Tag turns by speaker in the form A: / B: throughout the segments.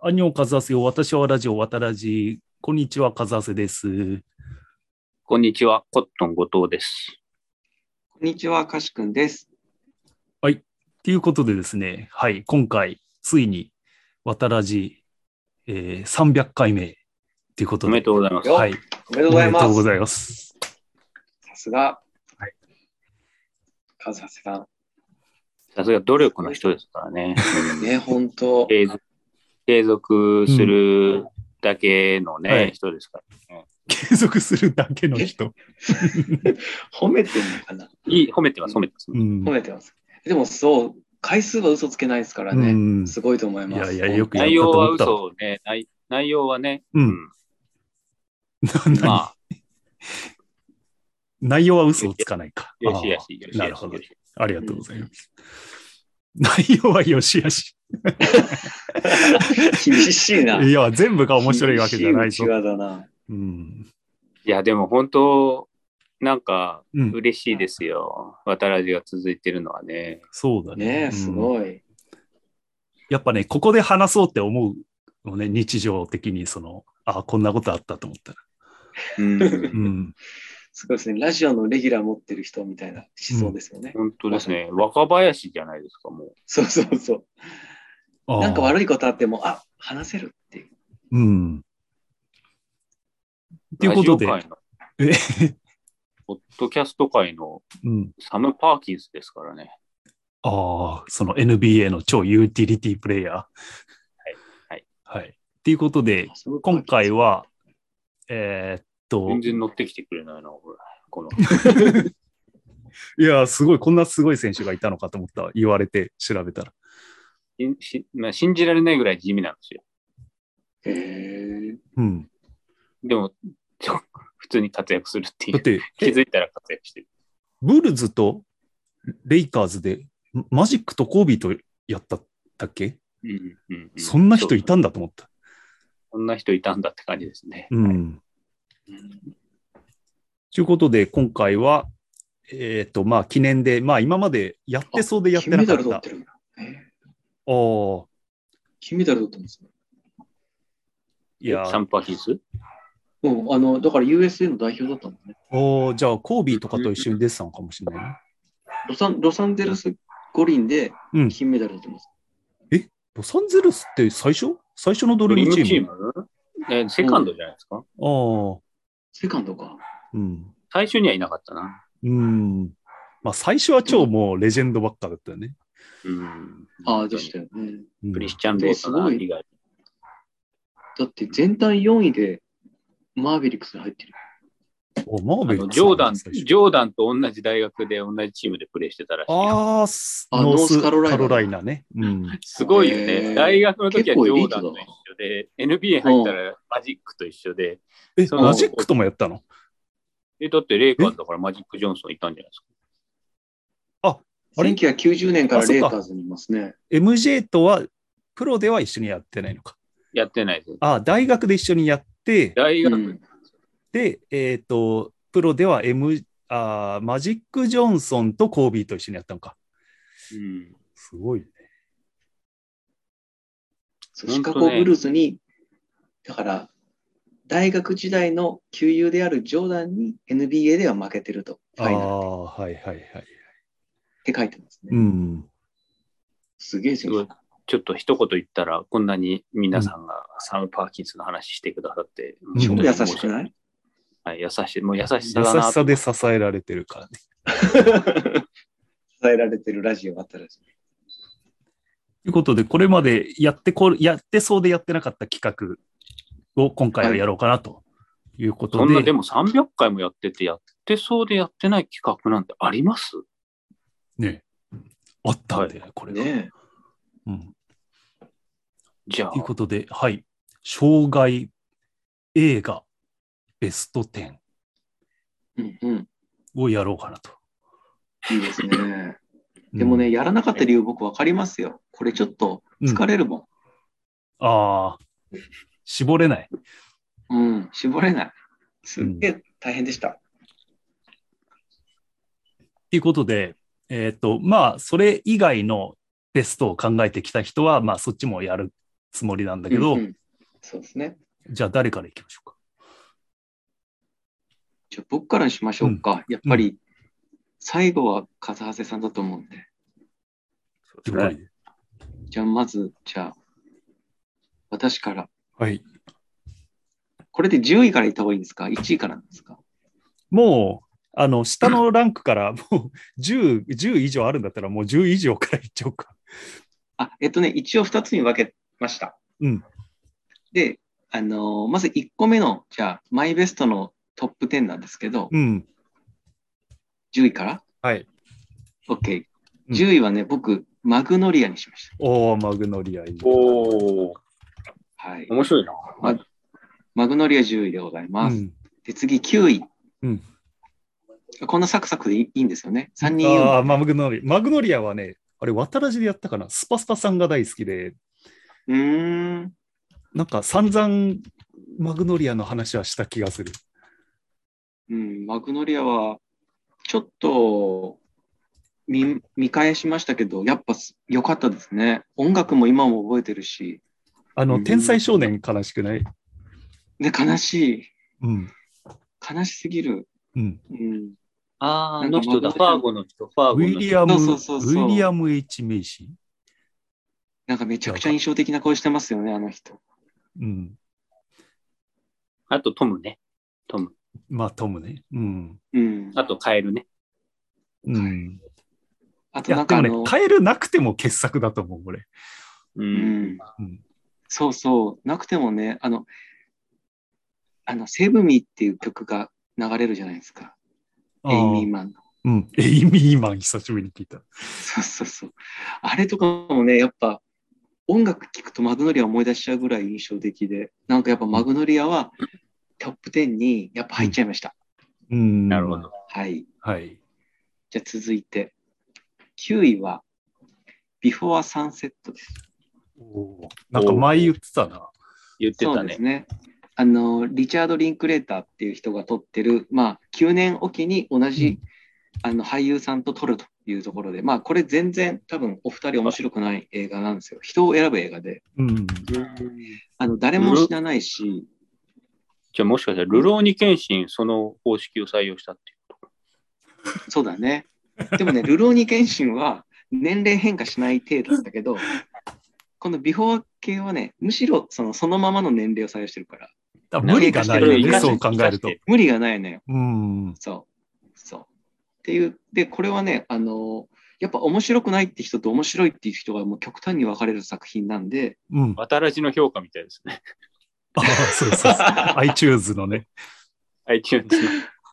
A: あにょうかずあせよ、私はラジオ、わたらじ。こんにちは、かずあせです。
B: こんにちは、コットン後藤です。
C: こんにちは、かしくんです。
A: ということでですね、はい、今回、ついに、わたらじ、えー、300回目ということ
B: お
A: で。
B: めでとうございます。
C: よ
A: はい、
C: おめでと
A: お
C: うござ
A: め
C: い
A: で
C: ま
A: とうご
C: す。
A: ざいます。
C: さすが。
A: は
C: はい。かずはせさん。
B: さすが努力の人ですからね。
C: ね、本当。
B: 継続継続するだけのね、
A: はい
B: 人ですから。
A: 継続するだけの人。
C: 褒めてるのかない
B: い、褒めてます、褒めてます。
A: うん
C: 褒めてます。でもそう、回数は嘘つけないですから
A: う
C: ね。
A: ん
C: すごいと思います。
A: いやいやよくや
B: 内容は
A: やったと
B: 嘘をね、内内容はね、
A: う。
B: うんん、
A: ま
B: まあ、
A: 内容は嘘をつかないか。
B: よしよし、よしよし。
A: なるほど
B: よしよし
A: あありがとうございます。内容はよしよし。
C: 厳しい な。
A: いや、全部が面白いわけじゃない
C: 厳し
A: ぞ
C: い。内輪だな。
A: うん。
B: いや、でも本当、なんか、
A: うん。
B: 嬉しいですよ。渡らじが続いてるのはね。
A: そうだね。
C: ねす
A: うん
C: ごい。
A: やっぱね、ここで話そうって思うのね、日常的に、その、あこんなことあったと思ったら。
B: うん
A: うん。
C: すごいですね。ラジオのレギュラー持ってる人みたいな思想ですよね。
B: 本当ですね。若林じゃないですか、もう。
C: そうそうそう。なんか
A: い。
C: 悪いことあっても、あ話せるっていう。
A: うん。ということで
B: ラジオ界の
A: え、
B: ポッドキャスト界の
A: うん。
B: サム・パーキンスですからね。
A: ああ、その NBA の超ユーティリティプレイヤー。はい
B: はい。
A: はい。ということで、今回は、えーっと、
B: 全然乗ってきてくれないな、これ。この。
A: いや、すごい、こんなすごい選手がいたのかと思った。言われて調べたら。
B: ししまあ、信じられないぐらい地味なんですよ。
C: へー
A: うん。
B: でも、 ちょ普通に活躍するってい
A: だっ
B: う。
A: て、
B: 気づいたら活躍してる。
A: ブルズとレイカーズでマジックとコービーとやったったっけ、
B: うんうんうん
A: そんな人い
B: そう
A: たんだと思った。
B: そんな人いたんだって感じですね。
A: う
B: はい
A: ん。ということで、今回は、えっ、と、まあ、記念で、まあ、今までやってそうでやって
C: 金メ
A: なか
C: ダ
A: った。
C: ル取っ
A: あ
C: てるんだ。へー
A: あー、
C: 金メダル取ってますね。
A: いや、
B: サム・パーキンス
C: うん、あの、だから USA の代表だったんだね。
A: おーじゃあ、コービーとかと一緒に出てたのかもしれないな。
C: ロサンロサンゼルス五輪で
A: うん
C: 金メダル取ってます。
A: ロサンゼルスって最初最初のド
B: ド
A: リー
B: リ
A: ム
B: ー
A: チ
B: ムチ
A: ー
B: ー
A: ム。
B: ムえセカンドじゃないですか、
A: ああ、
C: セカンドか。
A: うん。
B: 最初にはいなかったな。
A: うん。まあ、最初は超もうレジェンドばっかだったよね。
B: うん。
C: ああ、でしたよね。
A: うん
B: クリスチャン・ベートナー以外。
C: だって全体4位でマーベリックスに入ってる。
A: おマー
B: あ
A: ベリッ
B: の
A: ク
B: ジ
A: スな
B: ョ
A: ん
B: ーダ
A: だ
B: ン、
A: 最初
B: ジョーダンと同じ大学で同じチームでプレーしてたらしいよ。
A: あーす
C: あ
A: ノース
C: ノー
A: カ
C: スカ
A: ロ
C: ロ
A: ラ
C: ラ
A: イ
C: イ
A: ナ
C: ナ
A: ね。うん。
B: すごいよ
C: へ
B: ね。
C: ー
B: 大学の時は
C: 結構
B: ジ
C: エ
B: ョ
C: リ
B: ー
C: ー
B: ダン
C: ト
B: と
C: だな
B: 一緒で、NBA 入ったらマジックと一緒で、
A: え、
B: その
A: マジックともやったの
B: えだってレイカーズだからマジック・ジョンソンいたんじゃないですか。
A: あれ
C: 1990年から
A: あそっ
C: レイ
A: か
C: カーズにいますね。
A: ?MJ とは、プロでは一緒にやってないのか。
B: やってないです。
A: あー、大学で一緒にやって、
B: 大
C: う
B: 学、
C: ん、
A: で、えっ、と、プロでは M、あーマジック・ジョンソンとコービーと一緒にやったのか。
B: うん
A: すごいね。
C: そう
B: ほ
C: シ
B: んと
C: カ
B: ね
C: ゴブルーズに、だから、大学時代の旧友であるジョーダンに NBA では負けてると、フ
A: あ
C: ァイナルっ
A: あ、はいはいはい。
C: て書いてますね。
A: うん。
C: すげえ選
B: すごい
C: 手。
B: ちょっと一言言ったら、こんなに皆さんがサム・パーキンスの話してくださって、
A: ん
C: ちょっと優しくない
B: はい、優しい、もう優しさ
A: 優
B: だな
A: しさで支えられてるからね。
C: 支えられてるラジオがあったらしい。
A: ということで、これまでやってこ、やってそうでやってなかった企画を今回はやろうかなということ
B: そ
A: で。
B: んなでも300回もやってて、やってそうでやってない企画なんてあります
A: ね。あったんで、これが、
C: ね
A: うん。
B: じゃあ
A: という、ことで、はい。障害映画ベスト10
C: え。うんうん。
A: をやろうかなと。
C: いいですね。
A: うん
C: でもね、、やらなかった理由僕わかりますよ。これちょっと疲れるも
A: ああ、絞れない。
C: ん。うん、絞れない。すっげえ大変でした。
A: ということで、えっ、と、まあ、それ以外のベストを考えてきた人は、まあ、そっちもやるつもりなんだけど、
C: うんうんそうですね。
A: じゃあ誰からいきましょうか。
C: じゃあ僕からにしましょうか。やっぱり、最後は風長さんだと思うんで。
B: そうで
A: 了
B: すね
A: 解で
C: じゃあまず、じゃあ、私から。
A: はい。
C: これで10位からいった方がいいんですか ?1 位からなんですか
A: もう、あの、下のランクから、もう10、10以上あるんだったら、もう10以上からいっちゃおうか。
C: あ、えっとね、一応2つに分けました。
A: うん。
C: で、あのーまず1個目の、じゃあ、マイベストのトップ10なんですけど、
A: うん。
C: 10位から
A: はい。
C: ?OK。
A: うん
C: 10位はね、僕、マグノリアにしました。
A: おー、マグノリアいい
B: おお、
C: はい。
B: 面白いな。
C: まマグノリア10位でございます。
A: うん
C: で、次9位。
A: うん
C: こんなサクサクでいいいいんですよね。3人言う
A: あ
C: の
A: あ、マグノリア。マグノリアはね、あれ、渡らじでやったかな。スパスパさんが大好きで、
C: うーん。
A: なんか散々マグノリアの話はした気がする。
C: うん、マグノリアは、ちょっと見、見返しましたけど、やっぱす良かったですね。音楽も今も覚えてるし、
A: あ
B: う
A: の、
B: ん
A: 天才少年悲しくない
C: ね、悲しい。
A: うん。
C: 悲しすぎる。
A: うん。
C: うん。
B: あーあ
C: なんか
B: の人だ、
C: ま
B: フ
C: た
B: ァーゴの人、ファー
A: ウ
B: ゴの
A: ィ
B: 人。
A: リアム、ウ
C: そうそうそうそう
A: ィリアム H 名詞
C: なんかめちゃくちゃ印象的な顔してますよね、あの人。
A: うん。
B: あとトムね。トム。
A: まあ、トムね。うん。
C: うん。
B: あとカエルね。
A: うん。
C: あと
A: い
C: な
A: や、
C: んか
A: で
C: あ
A: もね
C: の、、
A: カエルなくても傑作だと思う、俺。
B: う。
C: うんん。
A: うん。
C: そうそう。なくてもね、あの、あの、セブミっていう曲が流れるじゃないですか。エイミー・マンの。
A: あーうん。エイミーマン、久しぶりに聞いた。
C: そうそうそう。あれとかもね、やっぱ音楽聴くとマグノリア思い出しちゃうぐらい印象的で、なんかやっぱマグノリアはトップ10にやっぱ入っちゃいました。
A: うん。
B: なるほど。。
C: はい。
A: はい。
C: じゃあ続いて、9位は、ビフォーサンセットです。
A: おーなんか前言ってたな。
B: 言って
C: そ
B: た
C: うで
B: ね
C: す。ね。あの、リチャード・リンクレーターっていう人が撮ってる、まあ、9年おきに同じ、あの俳優さんと撮るというところで、まあ、これ全然多分お二人面白くない映画なんですよ。人を選ぶ映画で。
A: うん。
B: うん
C: あの誰も知らないし、
B: じゃあもしかしたら、ルローニケンシン、その方式を採用したっていうことか。
C: そうだね。でもね、ルローニケンシンは年齢変化しない程度だったけど、このビフォー系はね、むしろそのそのままの年齢を採用してるから、
A: 多分無理がないよね、そう考えると。
C: 無理がないのよ。
A: うん。
C: そう。そう。っていう、で、これはね、あの、やっぱ面白くないって人と面白いっていう人がもう極端に分かれる作品なんで、
A: うん。
B: 渡らじの評価みたいですね。
A: ああ、そう そうそう。iTunes のね。
B: iTunes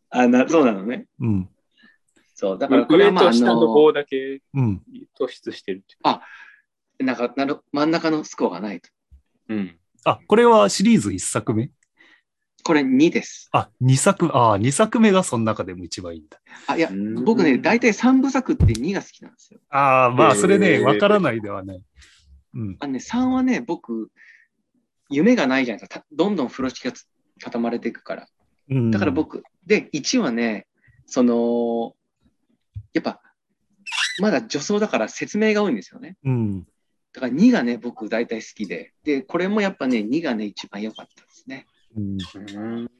C: あなそうなのね。
A: うん。
C: そう。だか
B: の
C: らこれ
B: 上
C: はまあ、
B: と
C: あ
B: 下の
C: の
B: 棒だけ
A: うん。
B: 突出してるってい
C: なんかなる真ん中のスコアがないと。
B: う。うん。
A: あ、これはシリーズ1作目
C: これ2です。
A: あ、2作、ああ、2作目がその中でも一番いいんだ。
C: あ、いや
B: う、ん
C: 僕ね、大体3部作って2が好きなんですよ。
A: ああ、まあ、それ
B: え
A: ね、
B: ー
A: わからないではない。うん。
C: あのね、3はね、僕、夢がないじゃないですか。たどんどん風呂敷がつ固まれていくから。
A: うん
C: だから、僕、で、1はね、その、やっぱ、まだ女装だから説明が多いんですよね。
A: うん。
C: だから2がね、僕大体好きで。で、これもやっぱね、2がね、一番良かったですね。
A: うん
B: うん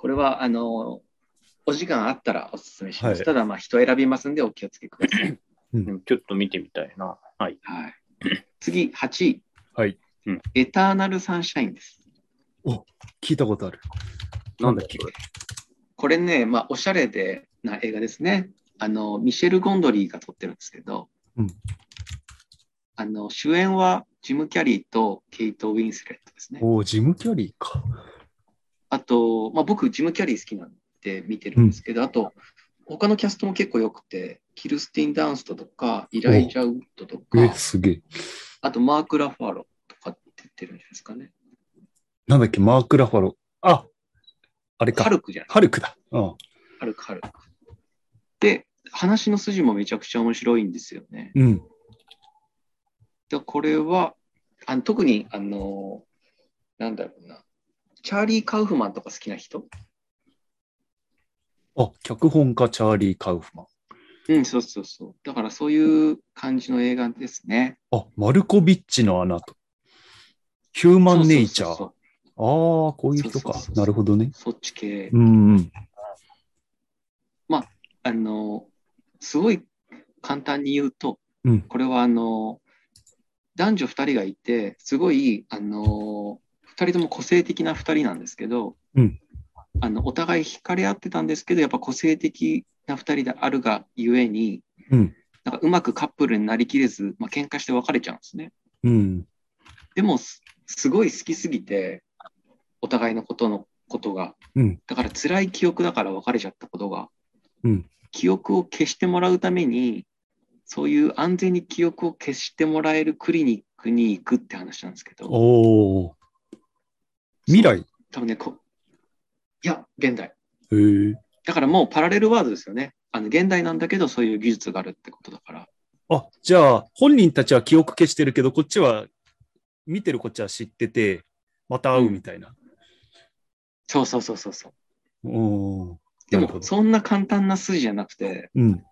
C: これは、あの、お時間あったらおすすめします。
A: はい
C: ただ、まあ、人選びますんでお気をつけください。
B: でもちょっと見てみたいな。はい。
C: はい。次、8位。
A: はい。
C: エターナルサンシャインです。
A: 聞いたことある。
B: なんだっけ
C: これね、まあ、おしゃれでな映画ですね。あの、ミシェル・ゴンドリーが撮ってるんですけど、
A: うん
C: あの、主演はジム・キャリーとケイト・ウィンスレットですね。
A: おお、ジム・キャリーか。
C: あと、まあ、僕、ジム・キャリー好きなんで見てるんですけど、あと、他のキャストも結構良くて、キルスティン・ダンストとか、イライジャ・ウッドと
A: え、
C: か、
A: すげえ。
C: あとマーク・ラファロとかって言ってるんですかね。
A: なんだっけ、マーク・ラファロー。あ、あれ
C: ハ
A: か。
C: ルクじゃない
A: ハルクだ。うん。
C: ハルク、ハルク。で、話の筋もめちゃくちゃ面白いんですよね。
A: うん。
C: でこれはあの特にあのなんだろうなチャーリー・カウフマンとか好きな人
A: あ、脚本家、チャーリー・カウフマン。
C: うんそうそうそうだからそういう感じの映画ですね
A: あ、マルコビッチのあなた。ヒューマンネイチャー。
C: そうそうそうそう
A: ああ、こういう人
C: そう
A: か
C: そうそう。そ
A: な
C: う
A: るほどね。
C: そっち系。
A: うんうん。
C: あの、すごい簡単に言うと、
A: うん
C: これはあの、男女2人がいて、すごい、あの、2人とも個性的な2人なんですけど、
A: うん
C: あのお互い惹かれ合ってたんですけど、やっぱ個性的な2人であるがゆえに、
A: うん
C: なんかうまくカップルになりきれず、まあ喧嘩して別れちゃうんですね。
A: うん。
C: でもす、すごい好きすぎて、お互いのことのことが、
A: うん
C: だから辛い記憶だから別れちゃったことが、
A: うん
C: 記憶を消してもらうために、そういう安全に記憶を消してもらえるクリニックに行くって話なんですけど、
A: おお。未来。へ
C: 多分ね、こいや、現代。
A: え。
C: だからもうパラレルワールドですよね。あの現代なんだけど、そういう技術があるってことだから。
A: あ、じゃあ、本人たちは記憶消してるけど、こっちは、見てるこっちは知ってて、また会うみたいな。
C: そうそうそうそうそう。
A: おお。
C: で
A: なるほ
C: も、
A: ど
C: そんな簡単な筋じゃなくて、
A: うん。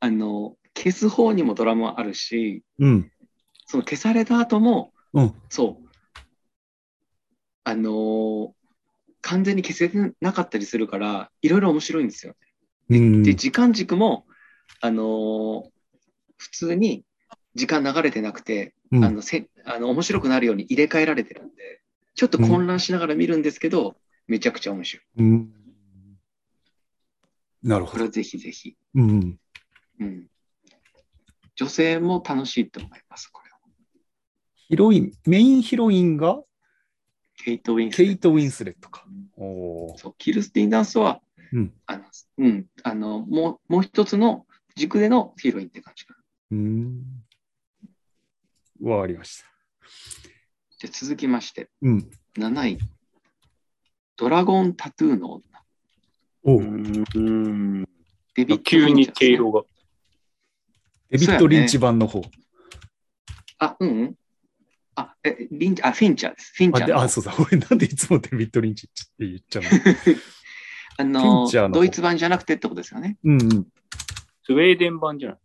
C: あの、消す方にもドラマあるし、
A: うん。
C: その消された後も、
A: うん
C: そう、あのー完全に消せてなかったりするから、いろいろ面白いんですよ。
A: うん
C: で、時間軸も、あのー普通に時間流れてなくて、
A: うん
C: あのせあの面白くなるように入れ替えられてるんで、ちょっと混乱しながら見るんですけど、めちゃくちゃ面白い。
A: うん。なる
C: こ
A: ほど。
C: れはぜひぜひ。
A: うん。
C: うん、女性も楽しいと思います、これは。
A: ヒロイン、メインヒロインが
C: ケイト・ウィンス
A: ケ
C: レッ
A: イ
C: ト
A: ト・ウィンスレットか。おお。
C: そうキルスティン・ダンスは、
A: うん
C: あのうんあのもうもう一つの軸でのヒロインって感じかな。
A: うん。わかりました。
C: じゃあ続きまして、
A: うん。
C: 7位、ドラゴンタトゥーの女、
A: お
B: う
A: う
B: ーん。
C: デビッド・
B: 急に
C: フィンチャーですね
B: 毛色が。
A: デビッ
C: そうやね
A: ド・リンチ版の方。
C: あ、うん、うん。あ、え、リンチ、あ、フィンチャーです。フィンチ
A: あ
C: ャ
A: で
C: ー。
A: あ、
C: あ
A: そう だ。俺なんでいつもデビッド・リンチって言っちゃうのフィ
C: の
A: ンチャーの方
C: ドイツ版じゃなくてってことですよね。
A: うんうん。
B: スウェーデン版じゃない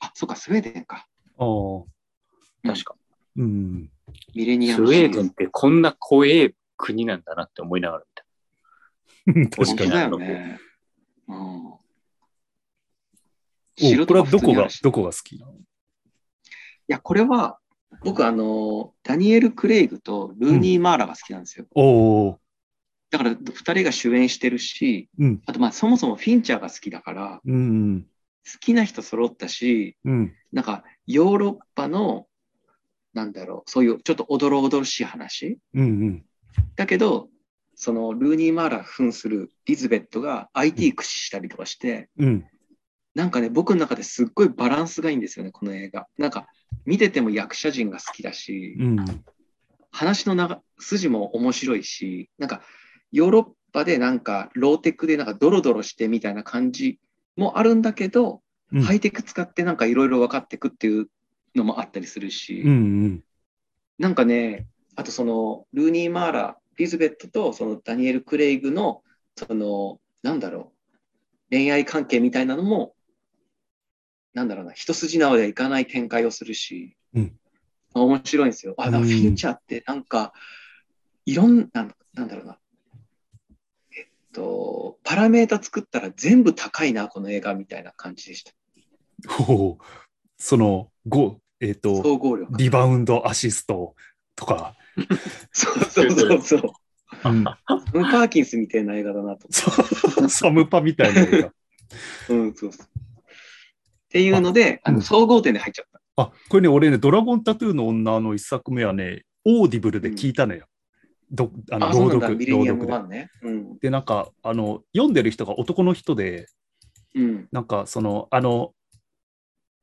C: あ、そうか、スウェーデンか。
A: ああ。
B: 確か。
A: うん。
C: ミレニア
B: スウ
C: ム
B: ェ
C: シ
B: ー
C: リ
B: デ
C: ー
B: ンっ
C: ズ。
B: てこんな怖え国なんだなって思いながら見た。
A: 確
C: 本
A: か
C: 当
A: に。
C: だよね。うん。
A: おこれはどこ
C: 白とか普通にあ
A: が
C: るし、
A: どこが好きなの
C: いや、これは、僕、あの、ダニエル・クレイグとルーニー・マーラが好きなんですよ。
A: おお。
C: だから、二人が主演してるし、
A: うん。
C: あと、まあ、そもそもフィンチャーが好きだから、
A: うん。
C: 好きな人揃ったし、
A: うん。
C: なんか、ヨーロッパの、なんだろう、そういう、ちょっとおどろおどろしい話。
A: うん。うん。
C: だけど、その、ルーニー・マーラ扮するリズベットが IT 駆使したりとかして、
A: うん。
C: なんかね、僕の中ですっごいバランスがいいんですよね、この映画。なんか、見てても役者陣が好きだし、
A: うん。
C: 話の長筋も面白いし、なんかヨーロッパでなんかローテクでなんかドロドロしてみたいな感じもあるんだけど、
A: うん
C: ハイテク使ってなんかいろいろ分かってくっていうのもあったりするし、
A: うん。うん。
C: なんかね、あとそのルーニー・マーラ、リズベットとそのダニエル・クレイグのそのなんだろう、恋愛関係みたいなのも、なんだろうな、一筋縄ではいかない展開をするし、
A: うん
C: 面白いんですよ。あ、だから
A: うん
C: フィンチャーってなんか、いろんな、なんだろうな、えっと、パラメータ作ったら全部高いな、この映画みたいな感じでした。
A: おお。その、ご、えっ、と、
C: 総合力。
A: リバウンドアシストとか。
C: そうそうそうそう。
A: うん、
C: パーキンスみたいな映画だなと。
A: そうサムパみたいな映画。
C: うん、そうそう。っていうので、あの総合点で入っちゃった。
A: あ、これね、俺ね、ドラゴンタトゥーの女の一作目はね、オーディブルで聞いたのよ。どあの
C: あ、そ
A: 朗
C: うなんだ、
A: 読、
C: ミレ
A: 朗
C: ニアム
A: 読で。
C: 1ね。うん。
A: で、なんか、あの、読んでる人が男の人で、
C: うん。
A: なんか、その、あの、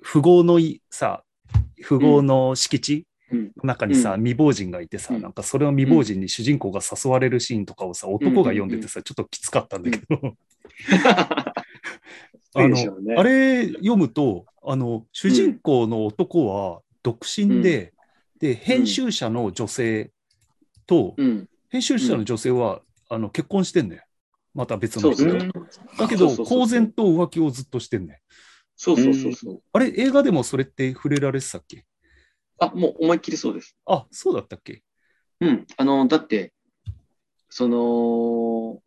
A: 富豪のいさ、富豪の敷地
C: うん。
A: の中にさ、
C: う
A: 未亡人がいてさ、
C: うん
A: なんかそれを未亡人に主人公が誘われるシーンとかをさ、男が読んでてさ、ちょっときつかったんだけど、
C: そ
A: あ
C: うでしょ
A: の
C: うね
A: あれ読むとあの主人公の男は独身で、で編集者の女性と、
C: うん。
A: 編集者の女性は、あの結婚してんねんまた別の人
C: そう
A: と
C: そう
A: だけ
C: そうそ
A: ど
C: うそうそう
A: 公然と浮気をずっとしてんねん
C: そうそうそうそう。
A: あれ映画でもそれって触れられてたっけ
C: あ、もう思いっきりそうです。
A: あ、そうだったっけ
C: うん。あの、だって、その、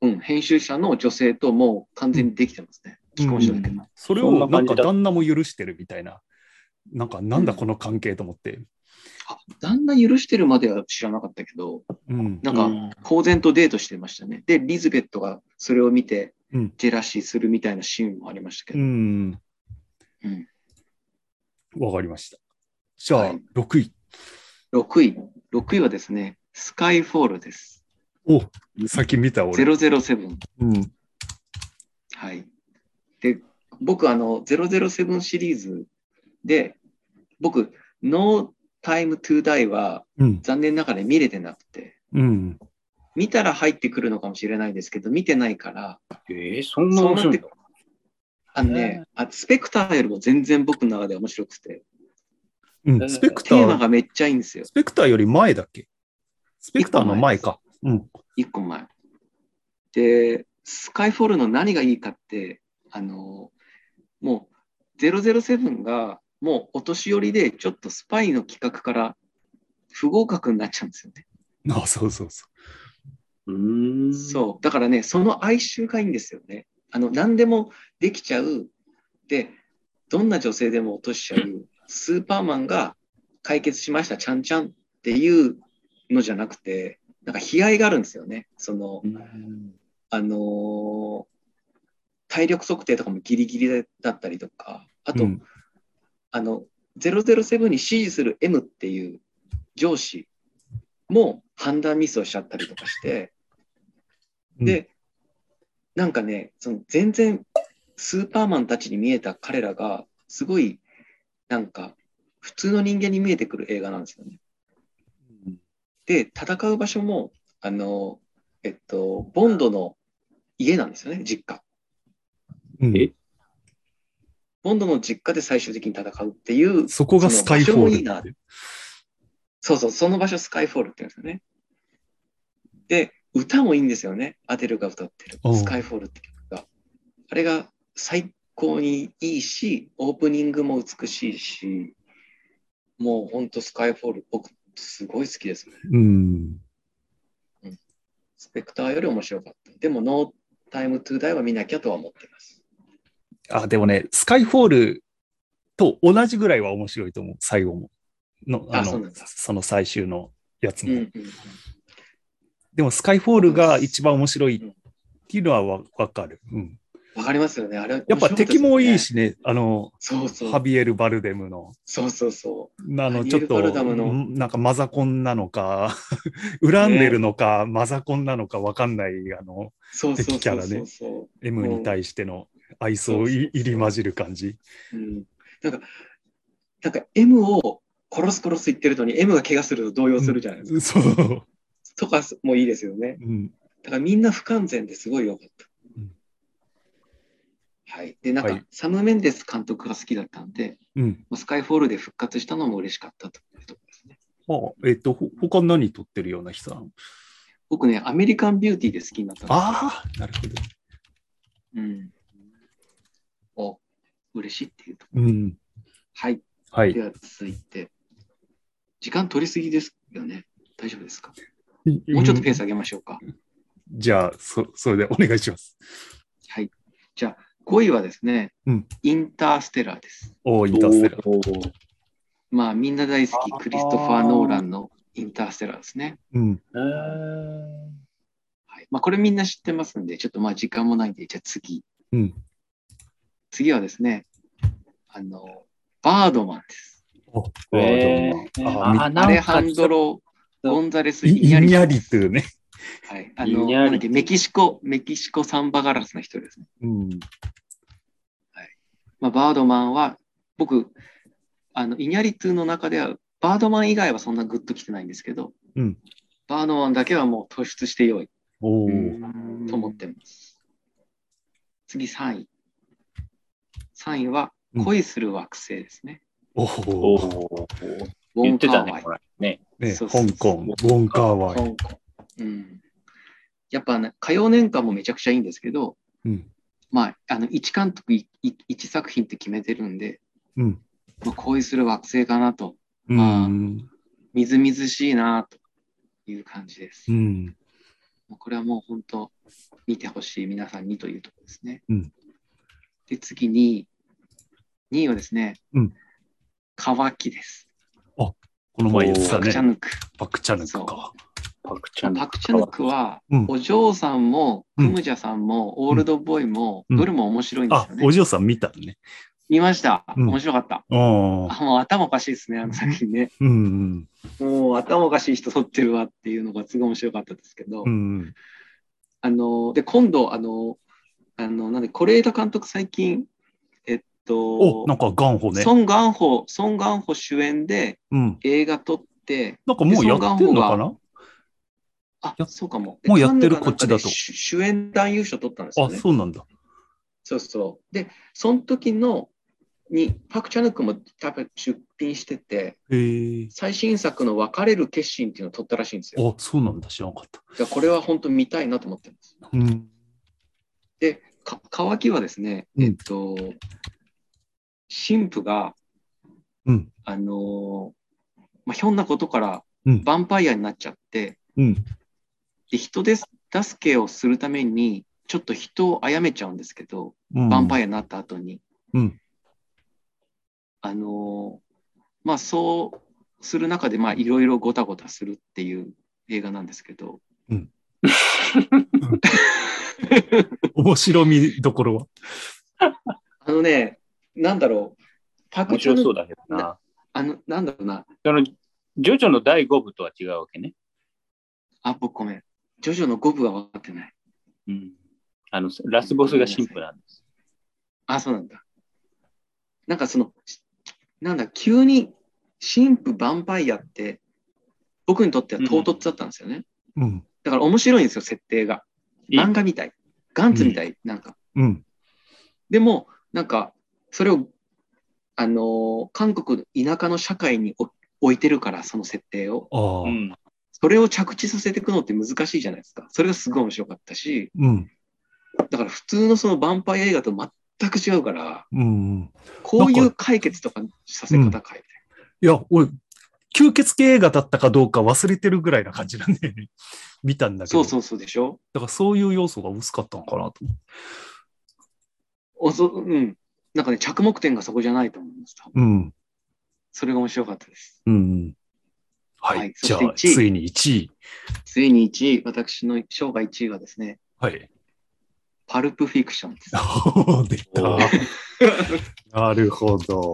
C: うん、編集者の女性ともう完全にできてますね。既婚者だけど。
A: それ
B: そん
A: をな
B: な
A: ん
B: 感じ
A: か
B: だ
A: 旦那も許してるみたいな。なんかなんだ
C: うん
A: この関係と思って。
C: あ、旦那許してるまでは知らなかったけど、
A: うん。
C: なんか、公然とデートしてましたね。で、リズベットがそれを見て
A: うん、
C: ジェラシーするみたいなシーンもありましたけ
A: う
C: ど。
A: ん。
C: うん
A: わかりました。じゃあ、
C: はい
A: 6位。
C: 6位。6位はですね、スカイフォールです。
A: お、さっき見た俺。
C: 007。
A: うん。
C: はい。で、僕、あの、007シリーズで、僕、No Time to Die は
A: うん。
C: 残念ながら見れてなくて、
A: うん。
C: 見たら入ってくるのかもしれないですけど、見てないから、
B: えー、そんな面白いの
C: あのね、あスペクターよりも全然僕の中で面白くて、
A: うん。スペク
C: テ
A: タ
C: ーマ
A: ー、
C: がめっちゃいいんですよ
A: ス。ペクターより前だっけスペクターの前か。うん。
C: 一個前。で、スカイフォールの何がいいかって、あの、もう007がもうお年寄りでちょっとスパイの企画から不合格になっちゃうんですよね。
A: あ、そうそうそう
B: ーん。う。
C: そう。だからね、その哀愁がいいんですよね。あの、何でもできちゃう。で、どんな女性でも落としちゃう。スーパーマンが解決しました、ちゃんちゃんっていうのじゃなくて、なんか悲哀があるんですよね。その、あのー体力測定とかもギリギリだったりとか、あ
A: う。
C: と、
A: うん
C: あの、007に指示する M っていう上司も判断ミスをしちゃったりとかして、で、なんかね、その全然スーパーマンたちに見えた彼らが、すごい、なんか、普通の人間に見えてくる映画なんですよね。で、戦う場所も、あの、えっと、ボンドの家なんですよね、実家。
A: うん
B: え
C: ボンドの実家で最終的に戦うっていう、
A: そこがスカイフォ
C: その場所もいい
A: ー
C: な
A: ル。
C: そうそう、その場所スカイフォールって言うんですよね。で、歌もいいんですよね。アデルが歌ってる
A: おう。
C: スカイフォールって曲が。あれが最高にいいし、オープニングも美しいし、もうほんとスカイフォール、僕、すごい好きですね。
A: うん。
C: スペクターより面白かった。でも、ノータイムトゥーダイは見なきゃとは思ってます。
A: あ、でもね、スカイフォールと同じぐらいは面白いと思う、最後も。の、あ
C: あそう
A: の
C: なん、だ
A: その最終のやつ
C: うんう
A: も。
C: んうん。
A: でも、スカイフォールが一番面白いっていうのはわわかる。うん。
C: わかりますよね。あれ、
A: やっぱ敵もいい。しね、あの、
C: そうそう
A: ハ。ビエル・バルデムの、
C: そうそうそ
A: あの、
C: ハビ
A: ちょ
C: エ
A: っ
C: ル
A: と
C: バルダム、の
A: んなんかマザコンなのか、 恨んでるのか、マザコンなのかわかんない、あの、
C: う。そうそう
A: 敵キ
C: そ
A: ャ
C: う
A: ラ
C: そ
A: ね
C: うそ
A: M に対しての愛想
C: そうそうそう
A: い入り混じる感じ。
C: う。うん。なんか、なんか M を殺す殺す言ってるのに M が怪我すると動揺するじゃないですか。
A: うんそう。
C: とかもいいですよね。
A: うん。
C: だからみんな不完全ですごい良かった
A: うん。
C: はい。で、なんか、
A: はい
C: サム・メンデス監督が好きだったんで、
A: うん。
C: スカイフォールで復活したのも嬉しかったというところですね。
A: あえっと、ほ他何撮ってるような人なの
C: 僕ね、アメリカンビューティーで好きになったんですよ
A: ああ、なるほど。
C: うん。お、嬉しいっていうと。
A: うん。
C: はい。
A: はい
C: で。は続いて、時間取りすぎですよね。大丈夫ですかもうちょっとペース上げましょうか。
A: じゃあ、そ、それでお願いします。
C: はい。じゃあ、5位はですね、
A: うん
C: インターステラーです。
A: おーインターステラー。
C: まあ、みんな大好き
B: あ、ー
C: クリストファー・ノーランのインターステラーですね。
A: うん。
B: えー
C: はい。まあ、これみんな知ってますんで、ちょっとまあ、時間もないんで、じゃあ次。
A: うん。
C: 次はですね、あの、バードマンです。
B: え
A: あ
B: ー
A: ー
B: あなんか
C: アレハンドロ・ゴンザレス・
A: イ
C: イニャ
A: イ
C: リ
A: ニ
C: さ
A: ャ
C: ん
A: リというね。
C: はい。あ
B: イ
C: の、
B: ニャリ
C: なんだっけ、メキシコ、メキシコサンバガラスの人ですね。
A: うん。
C: まあ、バードマンは、僕、あの、イニャリトゥの中では、バードマン以外はそんなグッときてないんですけど、
A: うん
C: バードマンだけはもう突出して良い
A: おお。
C: と思ってます。次3位。3位は
A: うん、
C: 恋する惑星ですね。
A: お
B: お
A: お。
B: お
C: ウォ
B: 言っ
C: ン
B: て
C: カ
B: た
C: ー
B: ね
C: ワイ、
B: これ。ね。
A: ね、
C: そ
A: 香
C: うそうそう
A: 港、ウォンカーワイ。
C: 香港。うん。やっぱね、火曜年間もめちゃくちゃいいんですけど、
A: うん。
C: まあ、あの、1監督1作品って決めてるんで、
A: うん。
C: まあ、恋する惑星かなと
A: うん。
C: みずみずしいなという感じです
A: う。ん。
C: これはもう本当、見てほしい皆さんにというところですね。
A: うん
C: で、次に、2位はですね、
A: うん
C: 乾きです。
A: この前言ってた
C: パクチャ
A: ね。
C: ヌク。
A: パクチャヌクか。
B: パクチャヌ
C: パクチャヌクは、
A: うん
C: お嬢さんも、
A: う
C: ク
A: ん
C: ムジャさんも、オールドボーイも、
A: うん
C: どれも面白いんで
A: あ
C: すよ、
A: お
C: ね。
A: 嬢さん見たね。
C: 見ました。
A: うん
C: 面白かった。
A: ああ。
C: あもう頭おかしいですね、あの作品ね。
A: うん。
C: もう頭おかしい人撮ってるわっていうのがすごい面白かったですけど、
A: うん。
C: あの、で、今度、あの、あの、なんで、是枝監督最近、えっと
A: お、、なんか元ンね。
C: ソン・ガンホ、ソン・ガンホ主演で
A: うん。
C: 映画撮って、
A: なんかもうやってんのかな
C: あ
A: や、
C: そうかも。
A: もうやってる
C: カンヌかなんか
A: こ
C: で
A: っちだと
C: 主主演男優賞取ったんですよ
A: あ、
C: ね。
A: そうなんだ。
C: そうそう。で、その時の、に、パク・チャヌクも多分出品してて、
A: へえ。
C: 最新作の別れる決心っていうのを撮ったらしいんですよ。
A: あ、そうなんだ。知らなかった。
C: だからこれは本当見たいなと思ってます。
A: うん。
C: か乾きはですね、
A: うん
C: えっと、神父が、
A: うん。
C: あのーまあ、ひょんなことから
A: うん
C: ヴァンパイアになっちゃって、
A: うん。
C: で人です助けをするために、ちょっと人を殺めちゃうんですけど、
A: ヴ
C: ヴァンパ
A: イ
C: イアになった後に。
A: うん
C: あのーまあ、そうする中で、まあ、いろいろごたごたするっていう映画なんですけど、
A: ア。面白みどころは。
C: あのね、なんだろう、パク
B: 面
C: チャ
B: 白そ
C: の
B: うだけどな。
C: あの、なんだろうな、
B: その、ジョジョの第5部とは違うわけね。
C: あ、僕ごめん。ジョジョの五部は分かってない。
B: うん。あの、ラスボスが神父なんです。
C: あ、そうなんだ。なんかその、しなんだ、急に神父ヴァンパイアって、僕にとっては唐突だったんですよね。
A: うん。
C: だから面白いんですよ、設定が。
B: いい
C: 漫画みたい。ガンツみたい。なんか。
A: うん。
C: でも、なんか、それを、あのー韓国の田舎の社会にお置いてるから、その設定を。
A: ああ
B: う。ん。
C: それを着地させていくのって難しいじゃないですか。それがすごい面白かったし、
A: うん。
C: だから普通のそのヴァンパイア映画と全く違うから、
A: うん。
C: こういう解決とかさせ方変えて。
A: いや、俺、吸血系映画だったかどうか忘れてるぐらいな感じなんで、ね、 見たんだけ
C: そ
A: ど。
C: うそうそうでしょ
A: だからそういう要素が薄かったのかなと。
C: おそうん。なんかね、着目点がそこじゃないと思います。多分
A: うん。
C: それが面白かったです。
A: うん。はい。
C: はい
A: じゃあ
C: そ、して一位
A: ついに1位。
C: ついに1位、私の生涯1位はですね、
A: はい。
C: パルプフィクションです。
A: 出
B: お
A: た。なるほど。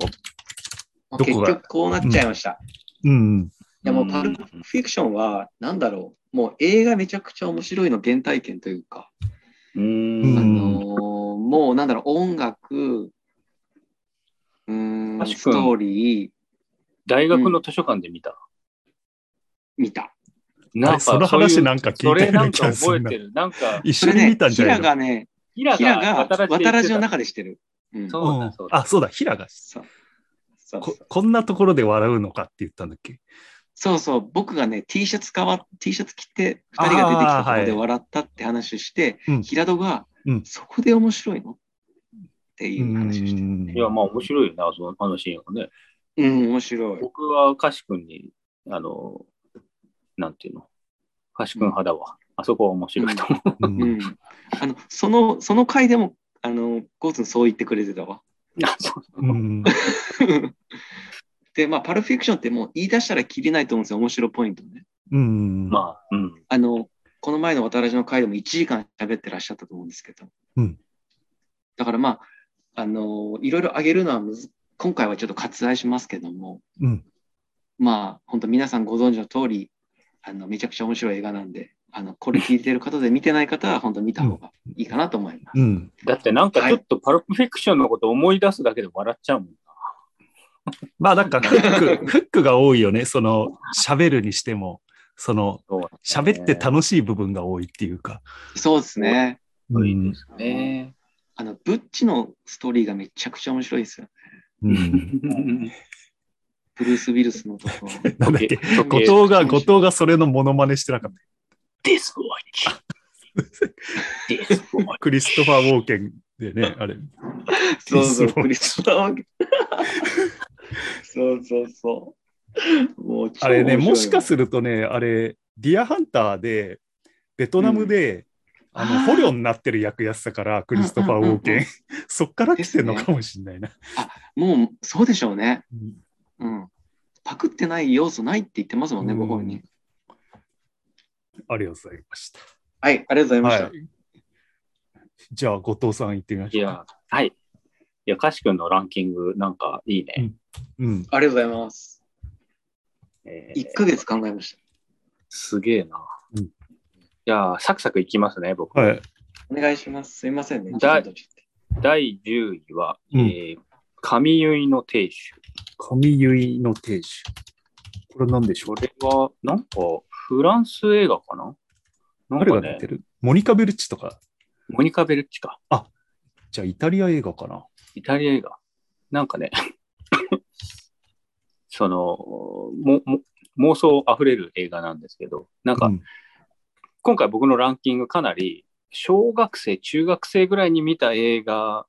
C: まあ
A: ど
C: 結
A: こが
C: 局こうなっちゃいました。
A: うん。
C: いやもうパルプフィクションは、なんだろう、もう映画めちゃくちゃ面白いの原体験というか、
B: う
A: うん
B: ん
C: あのーもうなんだろう、音楽、うーん、
B: 確かに
C: ストーリー、
B: 大学の図書館で見た。
C: 見た。
A: あ
B: な
A: れ
B: んか
A: その
B: そういう
A: 話なんか聞
B: そ
A: いたよ
B: れ
A: う
B: な
A: なん気
B: か
A: がす
B: 覚え
A: るな
B: て。る。なんか、
A: 一
C: そ
A: 緒
C: れ
A: に
C: ね
A: 見たん、じ
C: ヒ
A: ゃな
C: ラ
A: いの
C: がね、
B: ヒラ
C: ヒラが
B: が言
C: 渡らじの
B: ってた
C: 中でしてる。うん、
B: そう
A: う
B: だ
A: ん
B: そうだ
A: あ、そうだ、ヒラが
C: そうそう
A: こ、こんなところで笑うのかって言ったんだっけ。
C: そうそう、僕がね、T シャツかわ、T シャツ着て、2人が出てきたところで
A: あーはい
C: 笑ったって話をして、
A: うん
C: 平戸が、
A: うん
C: そこで面白いのって
A: う
C: いう話をして。
A: ん。
B: いや、まあ面白いよな、そのあのシーンはね。
C: うん、面白い。
B: 僕はカシ君に、あの、なんていうの、カシ君派だわ。あそこは面白いと思う。
A: う。
C: うんん。あの、その、その回でも、あの、ゴーズンそう言ってくれてたわ。
B: あそう
A: うん。
C: で、まあ、パルプフィクションってもう言い出したら切りないと思うんですよ、面白ポイントね。
A: うん。あ。
B: まあ、うん。
C: あの、この前の渡らじの回でも1時間喋ってらっしゃったと思うんですけど。
A: うん
C: だからまあ、あの、いろいろあげるのはむず、今回はちょっと割愛しますけども、
A: うん。
C: まあ、本当皆さんご存知の通り、あの、めちゃくちゃ面白い映画なんで、あの、これ聞いてる方で見てない方は本当見た方がいいかなと思います。
A: うん。
B: だってなんかちょっとパルプフィクションのこと思い出すだけで笑っちゃうもん。
A: まあなん かフック、フックが多いよね。その、喋るにしても、その、
B: そうね
A: 喋って楽しい部分が多いっていうか。
C: そうですね。
B: いいですね。
C: あの、ブッチのストーリーがめちゃくちゃ面白いですよ。
A: うん。
C: ブルース・ウィルスのところ。
A: なんだっけ。
B: 時
A: 後
B: 計
A: 藤が、後藤がそれのモノマネしてなかった。
B: This watch. This watch.
A: クリストファー・ウォーケンでね、あれ。
C: そうそう、
A: ク
C: クリスマス。そうそうそもう超
A: あれね、
C: 面白い
A: もしかするとね、あれ、ディアハンターで、ベトナムで、
C: うん
A: あ
C: あ
A: の
C: ー
A: 捕虜になってる役やってたから、クリストファー・ウォーケン、
C: うんうんうんう
A: そっから来てんのかもしれないな。
C: もうそうでしょうね。
A: うん
C: うん。パクってない要素ないって言ってますもんね、
A: うん
C: ご本人。
A: ありがとうございました。
C: はい、ありがとうございました。
A: はい。じゃあ、後藤さん行ってみま
B: い
A: しょうか。
B: や、はい。いや、かしくんのランキング、なんかいいね。
A: うん。
C: ありがとうございます。
B: えー
C: 1ヶ月考えまし
B: すげえな。
A: うん
B: いやー、サクサクいきますね、僕。
A: はい。
C: た。お願いします。すいませんね。
B: だ
C: ちょっとちょっと
B: 第10位は、
A: うん
B: えー神結いの亭主。
A: 神結いの亭主。これなんでしょう
B: これは、なんか、フランス映画かななん
A: 誰
B: か
A: が出
B: ね
A: て、るモニカ・ベルッチとか。
B: モニカ・ベルッチか。
A: じゃあ、イタリア映画かな。
B: イタリア映画。なんかね、 そのもも、妄想あふれる映画なんですけど、なんか、
A: うん
B: 今回僕のランキングかなり、小学生、中学生ぐらいに見た映画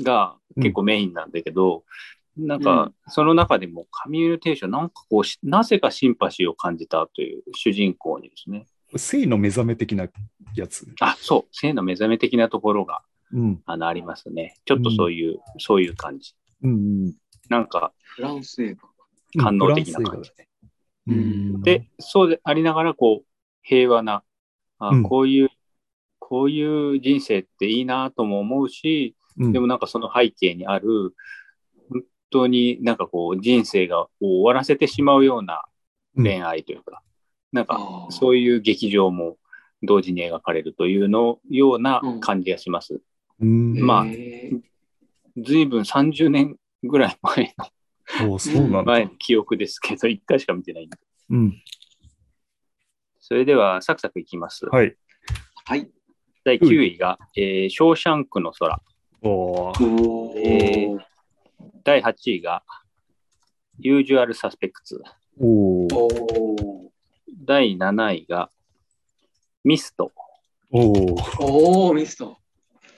B: が結構メインなんだけど、なん
C: う
B: か、その中でも、神ユニテーション、なんかこうし、なぜかシンパシーを感じたという主人公にですね、
A: 性の目覚め的なやつ。
B: あ、そう、性の目覚め的なところが、
A: うん。
B: あの、ありますね。ちょっとそういう、そういう感じ。
A: うん。
B: なんか、
C: フランス映画。
B: 感動的な感じ。
A: う
C: うん
A: ん。
B: で、そうでありながら、こう、平和な、あ
A: うん
B: こういう、こういう人生っていいなとも思うし、
A: うん、
B: でもなんかその背景にある、本当になんかこう、人生がこう終わらせてしまうような恋愛というか、なんか
C: あー
B: そういう劇場も同時に描かれるというのような感じがします。
A: うん、
B: まあ
C: へー
B: ずいぶん30年ぐらい前の、
A: そうそうなんだ。
B: 前の記憶ですけど、1 回しか見てないんで。
A: うん。
B: それでは、サクサクいきます。
A: はい。
C: はい。
B: 第9位が、えーショーシャンクの空。
A: おー
C: おー
B: えー第8位が、ユージュアルサスペクツ。
A: おー
C: おー
B: 第7位が、ミスト。
A: おー
C: おーミスト。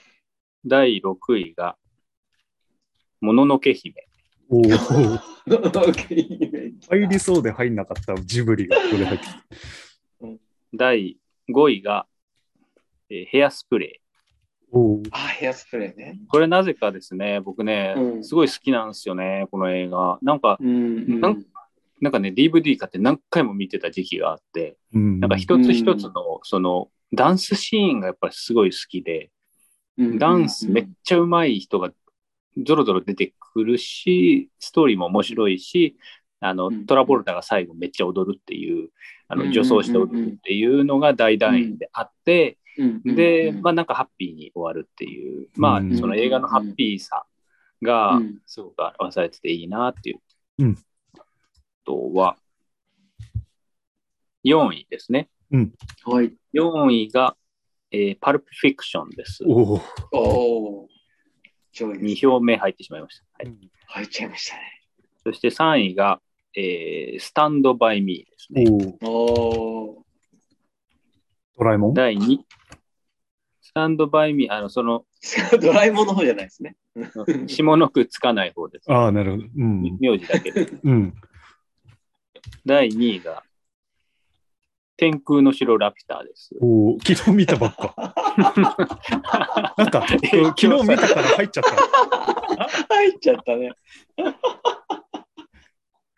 B: 第6位が、もののけ姫。
A: おー
C: 入
A: 入りそうで入んなかったジブリがここで入ってきた。
B: 第5位が、えーヘアスプレ
A: おー
C: あ、ヘアスプレーね
B: ー。。これなぜかですね、僕ね、
C: うん
B: すごい好きなんですよね、この映画。なんか、
C: うん
B: なんなんかね、DVD 買って何回も見てた時期があって、
A: うん。
B: なんか一つ一つの、その、ダンスシーンがやっぱりすごい好きで、ダンスめっちゃうまい人がゾロゾロ出てくるし、ストーリーも面白いし、あの
C: うん
B: トラボルタが最後めっちゃ踊るっていう、あ
C: うん
B: の女装して踊るっていうのが大団員であって、で、まあなんかハッピーに終わるっていう、ま
A: うん
B: あその映画のハッピーさ
C: あ
B: がすごく表されてていいなっていう。
A: うん
B: あとは、4位ですね。
C: はい。
B: 4位が、えーパルプフィクションです。
A: おー
C: おー上位で
B: 2
C: す。
B: 票目入ってしまいました。はい
C: 入っちゃいましたね。
B: そして3位が、えースタンドバイミーです
A: お
B: ね。
A: ー
C: おー
A: ドラえもん
B: 第2、スタンドバイミー、あの、その、
C: ドラえもんの方じゃないですね。
B: 下の句つかない方です。
A: ああ、なるほど。うん。
B: 名字だけで。
A: うん。
B: 第2位が、天空の城ラピュタです。
A: おー昨日見たばっか。なんか、昨日見たから入っちゃった。
C: 入っちゃったね。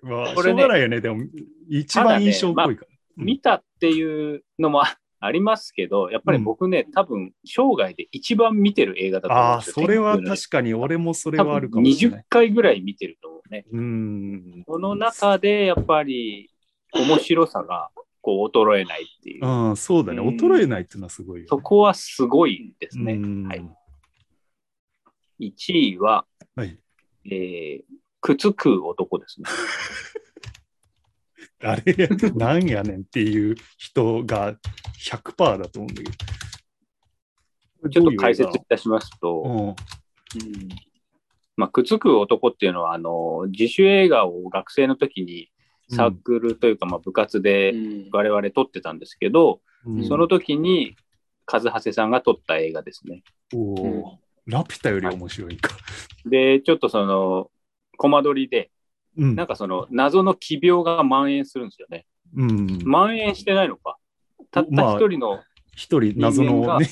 A: まあ、
B: こ
A: しょ
B: れ
A: う
B: ね
A: がないよね。でも、一
B: ただ
A: 番
B: ね
A: 印象っぽいから。うん
B: 見たっていうのもあありますけど、やっぱり僕ね、多分、生涯で一番見てる映画だと思
A: あ
B: うん
A: あ、
B: ですよ。
A: それは
B: 天空の
A: 確かに、俺もそれ
B: 城
A: はあるか
B: 多
A: も
B: 分
A: しれない
B: 20。回ぐらい見てると思うね。
A: うん。
B: その中で、やっぱり、面白さが、こう、衰えないっていう。
A: ああ、そうだね。
C: うん
A: 衰えないっていうのはすごいよね。
B: そこはすごいです
A: う
B: ね。
A: ん
B: はい1位は、
A: はい。
B: えー、靴食う男ですね。
A: あれ、なんやねんっていう人が100%だと思うんだけど。
B: ちょっと解説い
A: ど
B: たしますと、
A: ういう映画うん
B: まあ、靴食う男っていうのは、あの、自主映画を学生の時にサークルというか、まあ、部活で我々撮ってたんですけど、
A: うん
B: その時に、和橋さんが撮った映画ですね。
A: おーラピュタより面白いか。
B: で、ちょっとその、コマ撮りで、
A: うん
B: なんかその謎の奇病が蔓延するんですよね。
A: うん。
B: 蔓延してないのか。たった一人の
A: 一人謎
B: 人間
A: の
B: が
A: ね、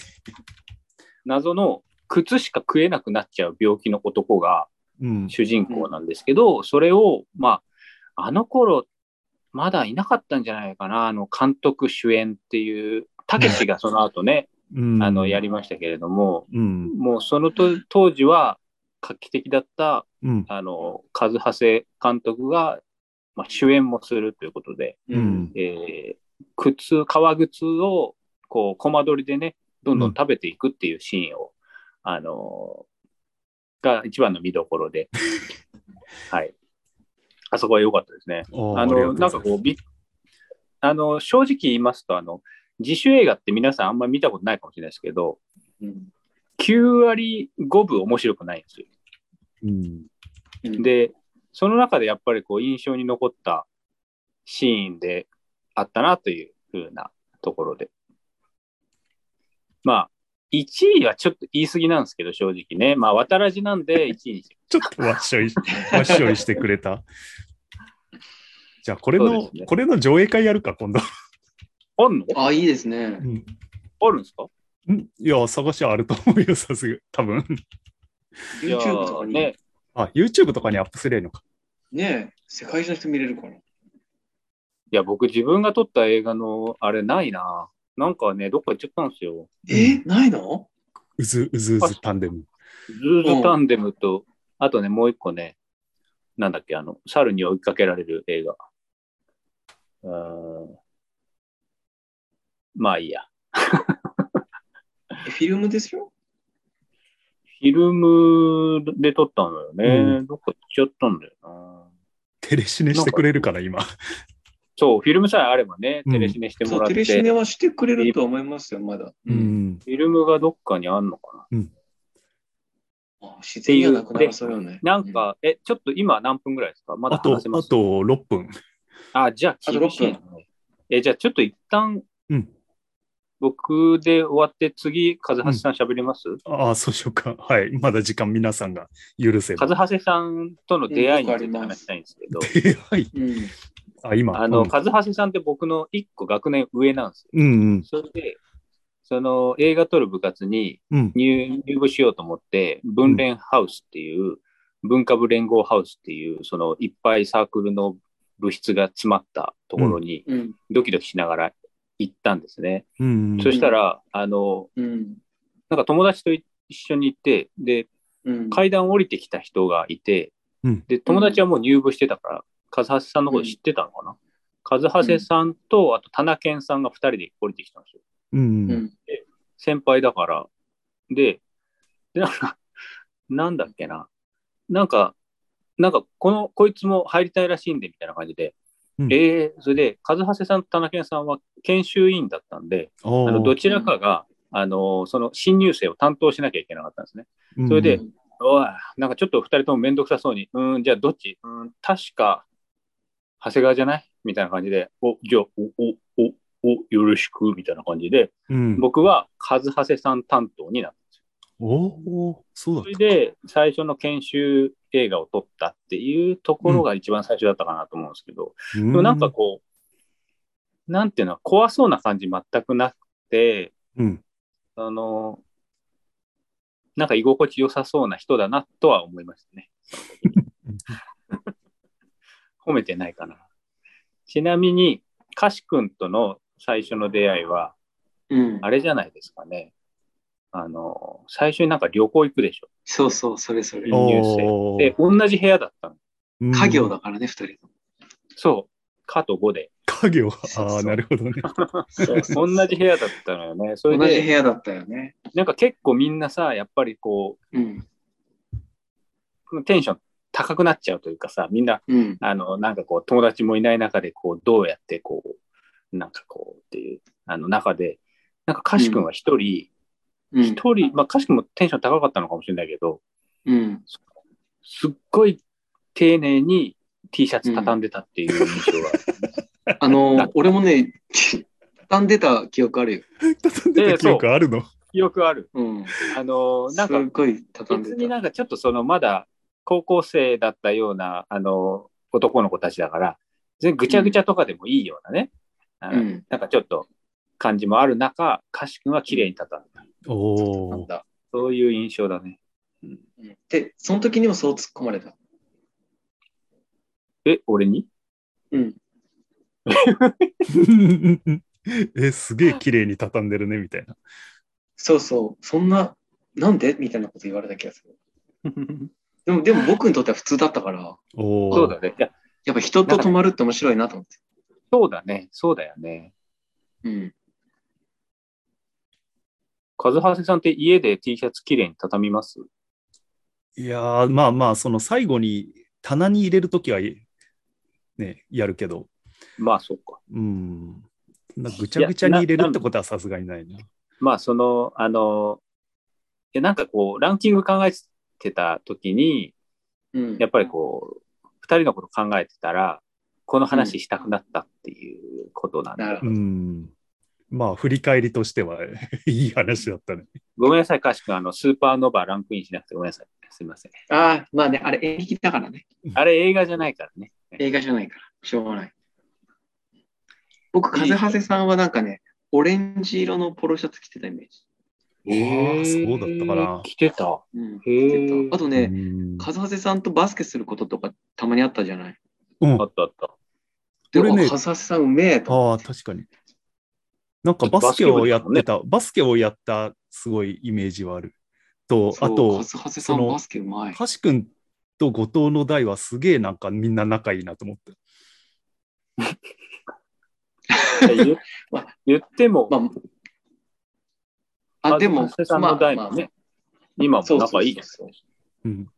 B: 謎の靴しか食えなくなっちゃう病気の男が
A: うん。
B: 主人公なんですけど、それを、まあ、あの頃、まだいなかったんじゃないかな、あの、監督主演っていう、たけしがその後ね、
A: うん
B: あの、やりましたけれども、
A: うん。
B: もうそのと当時は画期的だった、
A: うん。
B: あの、和長谷監督が、まあ、主演もするということで、
A: うん。
B: えー靴、革靴を、こう、コマ撮りでね、どんどん食べていくっていうシーンを、あのーが一番の見どころ で、はい。あそこは良かったですね。
A: おー
B: あ
A: りがと
B: の、
A: うご
B: なん
A: ざ
B: か
A: います
B: こう、びあの、正直言いますと、あの、自主映画って皆さんあんまり見たことないかもしれないですけど、
C: うん
B: 9割5分面白くないんですよ。
A: うん。
C: うん
B: で、その中でやっぱりこう印象に残ったシーンであったなというふうなところで。まあ、1位はちょっと言い過ぎなんですけど、正直ね。まあ、渡らじなん で1位にし
A: ちょっとわっしょい、 わっしょいしてくれた。じゃあ、これ
B: そう
A: の
B: です、ね
A: これの上映会やるか、今度。
B: あんの
C: あ、いいですね
A: う。ん
B: あるんですか
A: んいや、探しはあると思うよ、さすが。多分。
B: いや
C: YouTube とかにね
B: ね。
A: あ、YouTube とかにアップすればいいのか。
C: ね世界中の人見れるから。
B: いや、僕自分が撮った映画のあれないな。なんかね、どっか行っちゃったんですよ。
C: え、ないの
A: うずうずうずタンデム。
B: ズーズタンデムと、あとね、もう一個ね、なんだっけ、あの、猿に追いかけられる映画。うーん。まあいいや。
C: えフィルムですよ。
B: フィルムで撮ったのよね。
A: う
B: どっか行っちゃったんだよな。
A: テレシネしてくれるから、今。
B: そう、フィルムさえあればね、
A: うん
B: テレシネしても
C: そ
B: ら
C: う、
B: って、
C: テレシネ
B: フ
C: はしてくれると思いますよ、まだ。
A: う。ん。
B: ィルムがどっかにあんのか
C: あ自然にはなくならそうよね。
B: な。なんか、え、ちょっと今何分ぐらいですかまだ
A: あと、あ
B: 話
A: と
B: せます
A: 6分。
B: あ、じゃあ、厳しいな
C: あ。
B: え、じゃあ、ちょっと一旦、
A: うん
B: 僕で終わって、次、和橋さん喋ります、
A: ああ、そうしようか。はい。まだ時間皆さんが許せ
B: 和
A: ば。
B: 橋さんとの出会いについて話したいんですけど、
A: え はい。
C: うん。うん。
A: あ、今。
B: あ
A: う
B: の、
A: ん
B: 和橋さんって僕の一個学年上なんですよ。
A: うん
B: それで、その映画撮る部活に
A: うん。うん。
B: 入入部しようと思って、文連ハウスっていう、文化部連合ハウスっていう、そのいっぱいサークルの部室が詰まったところに
C: うん。
B: ドキドキしながら行ったんですね。
A: うん。
B: そしたら、あの、
C: うん。
B: なんか友達と一緒に行って、で、
C: うん。
B: 階段降りてきた人がいて、
A: うん
B: で、友達はもう入部してたから、和橋さんのこと知ってたのかな、和橋さんと、あと、田中健さんが2人で降りてきたんですよ。
A: うん。
C: う
A: うん。
C: ん。
B: 先輩だから。で、でなんか、なんだっけな。なんか、なんか、この、こいつも入りたいらしいんで、みたいな感じで。
A: うん
B: えーそれで、和橋さんと田中健さんは研修委員だったんで、
A: あ
B: あの
A: の
B: どちらかが、あの、その新入生を担当しなきゃいけなかったんですね。それで
C: うん
B: おい、なんかちょっと二人ともめんどくさそうに、うーん、じゃあどっちうーん、確か、長谷川じゃないみたいな感じで、お、じゃあ、お、お、お、お、よろしく、みたいな感じで、
A: うん。
B: 僕は和長谷さん担当になった。
A: おお、そうだっ
B: それで、最初の研修映画を撮ったっていうところが一番最初だったかなと思うんですけど、
A: た。
B: でもなんかこう、なんていうの、怖そうな感じ全くなくて、
A: うん。
B: あの、なんか居心地良さそうな人だなとは思いましたね。 褒めてないかな。ちなみに、カシ君との最初の出会いは、
C: うん。
B: あれじゃないですかね。あの、最初になんか旅行行くでしょ。
C: そうそう、それそれ
B: う。ん入生
A: おー
B: で、同じ部屋だったの。
A: うん
C: 家業だからね、二人とも。
B: そう。かと5で。
A: 家業。
C: そう
A: あ
C: そ
A: あ、
C: う
A: なるほどね。
C: そう
B: 同じ部屋だったのよ ね。それ
C: 同じ部
B: で、
C: 屋だったよね。
B: なんか結構みんなさ、やっぱりこ
C: うん。
B: う、テンション高くなっちゃうというかさ、みんな、
C: うん。
B: あの、なんかこう、友達もいない中で、こう、どうやってこう、なんかこうっていう、あの中で、なんかカシ君は一人、
C: う
B: 一
C: ん。
B: 人、まあ、歌詞もテンション高かったのかもしれないけど、
C: うん。
B: すっごい丁寧に T シャツ畳んでたっていう印 象が。
C: あの、俺もね、畳んでた記憶あるよ。
A: 畳んでた記憶あるの。
B: 記憶ある。
C: うん。
B: あの、なん
C: すっ
B: か、
C: ごい畳ん
B: 別に
C: でた。
B: なんかちょっとそのまだ高校生だったような、あの、男の子たちだから、全然ぐちゃぐちゃとかでもいいようなね、あの
C: うん
B: なんかちょっと感じもある中、歌詞君は綺麗に畳んだ。
A: お
C: なん
A: お。
C: だ。
B: そういう印象だね。
C: うんで、その時にもそう突っ込まれた。
B: え、俺に
C: うん。
A: え、すげえ綺麗に畳んでるね、みたいな。
C: そうそう。そんな、なんでみたいなこと言われた気がする。でも、でも僕にとっては普通だったから、
A: おお。
B: そうだね。いや、
C: やっぱ人と泊まるって面白いなと思って。
B: そうだね。そうだよね。
C: うん。
B: 和橋さんって家で T シャツ綺麗に畳みます
A: いやー、まあまあ、その最後に棚に入れるときは、ね、やるけど、
B: まあ、そっか。
A: うん。そんなぐちゃぐちゃに入れるってことはさすがにないな。
B: まあ、その、あの、いやなんかこう、ランキング考えてた時に、
C: うん。
B: やっぱりこう、二人のこと考えてたら、この話したくなったっていうことなん
C: なる
B: だ
C: ほ。
A: うん。まあ、振り返りとしては いい話だったね。
B: ごめんなさい、かしくん、あの、スーパーノバランクインしなくてごめんなさい。すみません。
C: ああ、まあね、あれ演劇だからね。
B: あれ映画じゃないからね。
C: 映画じゃないから、しょうがない。僕、風長谷さんはなんかね、オレンジ色のポロシャツ着てたイメージ。
A: ああそうだったかな
B: 来てた。
C: うん、
B: へえ
C: あと
A: う
C: ね、
A: ん
C: 風長谷さんとバスケすることとかたまにあったじゃない。
A: うん
B: あったあった。
C: で、
A: 俺
C: ね、
A: ね
C: 風長谷さんうめえと思
A: あ
C: っ
A: あ、
C: て。
A: 確かに。なんかバスケをやってた、バスケをやったすごいイメージはある。と、あと、
C: そう風長谷さ
A: そ
C: ん
A: の
C: バスケうまい。
A: かしくんと後藤の代はすげえなんかみんな仲いいなと思って。
B: 言
C: まあ
B: 言っても、
C: まあ、あでも
B: 風、間さんの代もね今も仲いいです
C: そうそう
A: うん、